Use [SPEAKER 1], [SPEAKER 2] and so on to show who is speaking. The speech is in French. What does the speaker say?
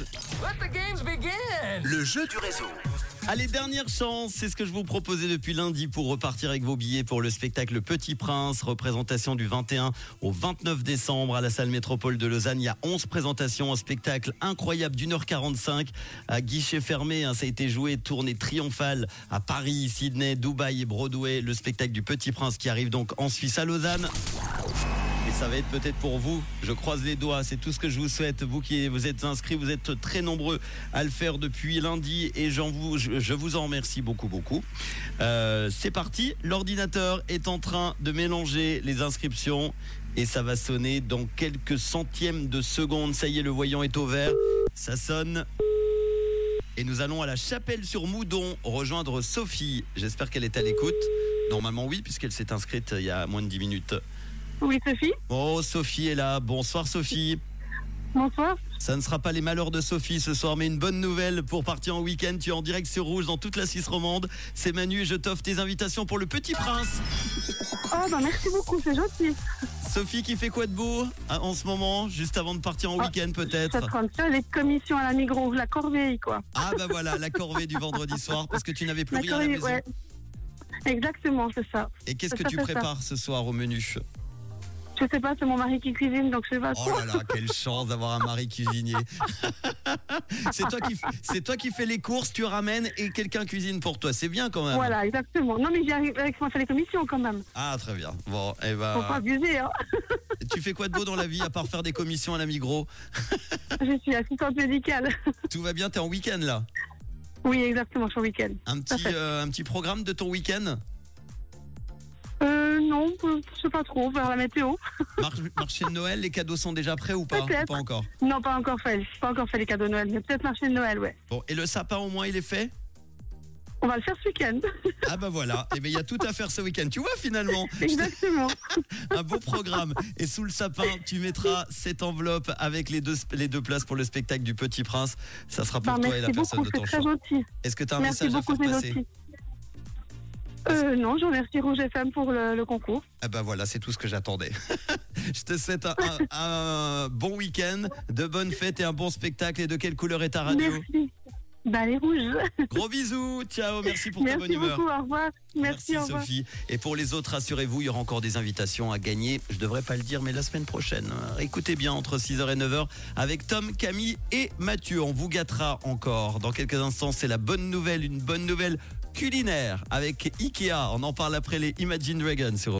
[SPEAKER 1] Let the games begin.
[SPEAKER 2] Le jeu du réseau.
[SPEAKER 3] Allez, dernière chance, c'est ce que je vous proposais depuis lundi pour repartir avec vos billets pour le spectacle Petit Prince, représentation du 21 au 29 décembre à la salle Métropole de Lausanne. Il y a 11 présentations, un spectacle incroyable d'1h45 à guichet fermé. hein, ça a été joué, tournée triomphale à Paris, Sydney, Dubaï et Broadway. Le spectacle du Petit Prince qui arrive donc en Suisse à Lausanne. Et ça va être peut-être pour vous. Je croise les doigts. C'est tout ce que je vous souhaite. Vous qui vous êtes inscrits, vous êtes très nombreux à le faire depuis lundi. Et j'en vous, je, je vous en remercie beaucoup, beaucoup. Euh, c'est parti. L'ordinateur est en train de mélanger les inscriptions. Et ça va sonner dans quelques centièmes de seconde. Ça y est, le voyant est au vert. Ça sonne. Et nous allons à la chapelle sur Moudon rejoindre Sophie. J'espère qu'elle est à l'écoute. Normalement oui, puisqu'elle s'est inscrite il y a moins de 10 minutes.
[SPEAKER 4] Oui, Sophie,
[SPEAKER 3] Oh, Sophie est là. Bonsoir, Sophie.
[SPEAKER 4] bonsoir.
[SPEAKER 3] Ça ne sera pas les malheurs de Sophie ce soir, mais une bonne nouvelle pour partir en week-end. Tu es en direct sur Rouge dans toute la Suisse romande. C'est Manu et je t'offre tes invitations pour le Petit Prince.
[SPEAKER 4] Ah, bah merci beaucoup, c'est gentil.
[SPEAKER 3] Sophie qui fait quoi de beau ah, en ce moment, juste avant de partir en
[SPEAKER 4] Ah,
[SPEAKER 3] week-end
[SPEAKER 4] Je suis en
[SPEAKER 3] peut-être
[SPEAKER 4] train de faire les commissions à la Migros, la corvée, quoi.
[SPEAKER 3] Ah bah voilà, la corvée du vendredi soir parce que tu n'avais plus
[SPEAKER 4] La
[SPEAKER 3] rien à la
[SPEAKER 4] corvée,
[SPEAKER 3] maison.
[SPEAKER 4] ouais. Exactement, c'est ça.
[SPEAKER 3] Et qu'est-ce que
[SPEAKER 4] Ça
[SPEAKER 3] tu
[SPEAKER 4] fait ça. Ah,
[SPEAKER 3] prépares ce soir au menu
[SPEAKER 4] Je sais pas, c'est mon mari qui cuisine, donc je sais pas.
[SPEAKER 3] Oh là là, quelle chance d'avoir un mari cuisinier. c'est toi qui c'est toi qui fais les courses, tu ramènes et quelqu'un cuisine pour toi. C'est bien quand même.
[SPEAKER 4] Voilà, exactement. Non, mais j'y arrive avec moi, faire les commissions quand même.
[SPEAKER 3] Ah très bien. Bon, eh ben
[SPEAKER 4] Faut pas abuser, hein.
[SPEAKER 3] tu fais quoi de beau dans la vie à part faire des commissions à la Migros
[SPEAKER 4] Je suis assistante médicale.
[SPEAKER 3] Tout va bien, t'es en week-end là.
[SPEAKER 4] Oui, exactement, je suis au week-end.
[SPEAKER 3] Un petit euh, un petit programme de ton week-end.
[SPEAKER 4] Euh, non, je sais pas trop, vers la météo.
[SPEAKER 3] Mar- marché de Noël, les cadeaux sont déjà prêts ou pas Ou
[SPEAKER 4] Peut-être.
[SPEAKER 3] Pas encore.
[SPEAKER 4] Non, pas encore fait. J'ai pas encore fait les cadeaux de Noël, mais peut-être marché de Noël, ouais.
[SPEAKER 3] Bon, et le sapin au moins il est fait
[SPEAKER 4] On va le faire ce week-end.
[SPEAKER 3] Ah bah voilà. Et eh ben il y a tout à faire ce week-end. Tu vois finalement.
[SPEAKER 4] Exactement.
[SPEAKER 3] un beau programme. Et sous le sapin, tu mettras cette enveloppe avec les deux, les deux places pour le spectacle du Petit Prince. Ça sera pour
[SPEAKER 4] Bah,
[SPEAKER 3] toi et la
[SPEAKER 4] merci
[SPEAKER 3] personne
[SPEAKER 4] beaucoup,
[SPEAKER 3] de
[SPEAKER 4] c'est
[SPEAKER 3] ton
[SPEAKER 4] très
[SPEAKER 3] choix.
[SPEAKER 4] gentil.
[SPEAKER 3] Est-ce que tu as un
[SPEAKER 4] Merci
[SPEAKER 3] message à
[SPEAKER 4] beaucoup,
[SPEAKER 3] faire
[SPEAKER 4] c'est
[SPEAKER 3] passer
[SPEAKER 4] gentil. Euh, non, je remercie Rouge FM pour le, le concours.
[SPEAKER 3] Ah bah voilà, c'est tout ce que j'attendais. Je te souhaite un, un- un bon week-end, de bonnes fêtes et un bon spectacle. Et de quelle couleur est ta radio
[SPEAKER 4] Merci. Bah, les rouges.
[SPEAKER 3] Gros bisous, ciao, merci pour ta bonne
[SPEAKER 4] Merci
[SPEAKER 3] humeur.
[SPEAKER 4] beaucoup, au revoir. Merci, au revoir.
[SPEAKER 3] Sophie. Et pour les autres, rassurez-vous, il y aura encore des invitations à gagner. Je devrais pas le dire, mais la semaine prochaine. Euh, Écoutez bien, entre 6h et 9h, avec Tom, Camille et Mathieu. On vous gâtera encore. Dans quelques instants, c'est la bonne nouvelle, une bonne nouvelle culinaire avec Ikea. On en parle après les Imagine Dragons sur